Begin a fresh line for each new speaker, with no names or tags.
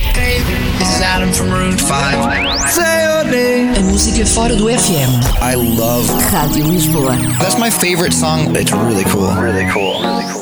This is Adam from Room 5. Say your name.
A música fora do FM.
I love
Rádio Lisboa.
that's my favorite song. It's really cool. Really cool. Really cool.